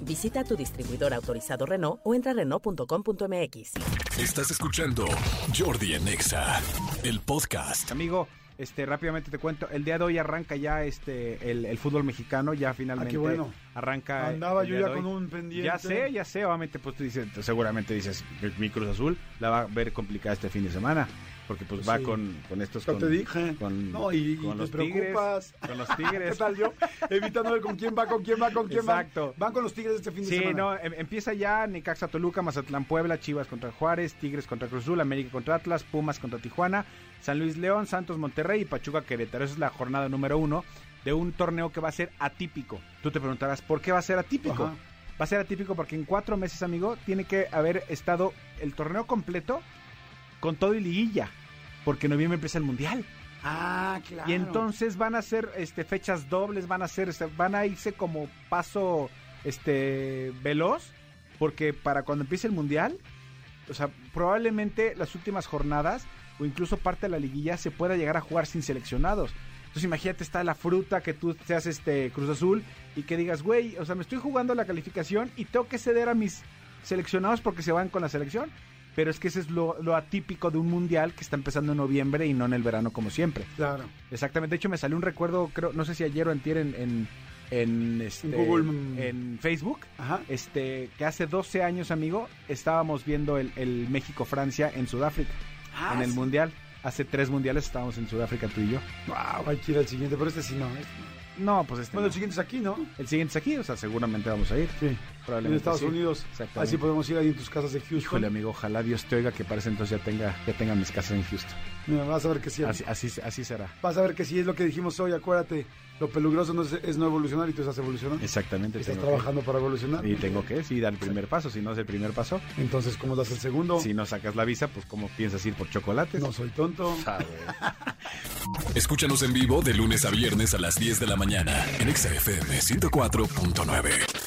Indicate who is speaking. Speaker 1: Visita tu distribuidor autorizado Renault o entra a Renault.com.mx.
Speaker 2: Estás escuchando Jordi en Exa, el podcast.
Speaker 3: Amigo, este, rápidamente te cuento, el día de hoy arranca ya este el, el fútbol mexicano, ya finalmente
Speaker 4: Ah, qué bueno.
Speaker 3: arranca.
Speaker 4: Andaba
Speaker 3: el
Speaker 4: yo
Speaker 3: día
Speaker 4: ya
Speaker 3: de
Speaker 4: con
Speaker 3: hoy.
Speaker 4: un pendiente.
Speaker 3: Ya sé, ya sé, obviamente pues tú dices, seguramente dices, mi- mi Cruz Azul la va a ver complicada este fin de semana, porque pues,
Speaker 4: Pues
Speaker 3: va
Speaker 4: sí.
Speaker 3: con, con estos
Speaker 4: Ya
Speaker 3: con,
Speaker 4: te dije.
Speaker 3: con-
Speaker 4: No, y, y
Speaker 3: con
Speaker 4: te
Speaker 3: los
Speaker 4: preocupas.
Speaker 3: tigres, con los
Speaker 4: ¿Qué
Speaker 3: tigres.
Speaker 4: tal yo? Evitando ver con quién va, con quién va, con quién
Speaker 3: Exacto.
Speaker 4: va. Van con los Tigres este fin de
Speaker 3: Sí,
Speaker 4: semana.
Speaker 3: no, em- empieza ya Necaxa Toluca, Mazatlán Puebla, Chivas contra Juárez, Tigres contra Cruz Azul, América contra Atlas, Pumas contra Tijuana, San Luis León, Santos Monterrey y Pachuca Querétaro. Esa es la jornada número uno de un torneo que va a ser atípico. Tú te preguntarás, ¿por qué va a ser atípico?
Speaker 4: Ajá.
Speaker 3: Va a ser atípico porque en cuatro meses, amigo, tiene que haber estado el torneo completo con todo y liguilla, porque en noviembre empieza el Mundial.
Speaker 4: Ah, claro.
Speaker 3: Y entonces van a ser este, fechas dobles, van a ser, este, van a irse como paso este veloz, porque para cuando empiece el mundial, o sea, probablemente las últimas jornadas o incluso parte de la liguilla se pueda llegar a jugar sin seleccionados. Entonces imagínate está la fruta que tú seas este Cruz Azul y que digas, güey, o sea, me estoy jugando la calificación y tengo que ceder a mis seleccionados porque se van con la selección. Pero es que ese es lo, lo atípico de un mundial que está empezando en noviembre y no en el verano como siempre.
Speaker 4: Claro.
Speaker 3: Exactamente. De hecho, me salió un recuerdo, creo, no sé si ayer o antier en, en, en, este,
Speaker 4: En Google, mm.
Speaker 3: en Facebook,
Speaker 4: Ajá.
Speaker 3: este, que hace 12 años, amigo, estábamos viendo el, el México-Francia en Sudáfrica,
Speaker 4: Ah,
Speaker 3: en el
Speaker 4: sí.
Speaker 3: Mundial. Hace tres mundiales estábamos en Sudáfrica tú y yo.
Speaker 4: Wow, hay que ir al siguiente, pero este sí no. ¿eh?
Speaker 3: No, pues este. no.
Speaker 4: Bueno, el siguiente es aquí, ¿no?
Speaker 3: El siguiente es aquí, o sea, seguramente vamos a ir.
Speaker 4: Sí. En
Speaker 3: Probablemente
Speaker 4: Estados
Speaker 3: sí.
Speaker 4: Unidos.
Speaker 3: Exactamente.
Speaker 4: Así podemos ir ahí en tus casas de Houston.
Speaker 3: Híjole, amigo, ojalá Dios te oiga que para ese entonces ya tenga, ya tenga mis casas en Houston.
Speaker 4: Mira, vas a ver que sí.
Speaker 3: Así, así, así será.
Speaker 4: Vas a ver que sí es lo que dijimos hoy, acuérdate. Lo peligroso no es, es no evolucionar y tú estás evolucionando.
Speaker 3: Exactamente.
Speaker 4: Estás
Speaker 3: tengo que-
Speaker 4: trabajando para evolucionar.
Speaker 3: y tengo que, sí, dar el primer paso. Si no es el primer paso,
Speaker 4: Entonces, ¿cómo das el segundo?
Speaker 3: Si no sacas la visa, pues ¿cómo piensas ir por chocolates?
Speaker 4: No soy tonto.
Speaker 2: Escúchanos en vivo de lunes a viernes a las 10 de la mañana en Exa FM 104.9.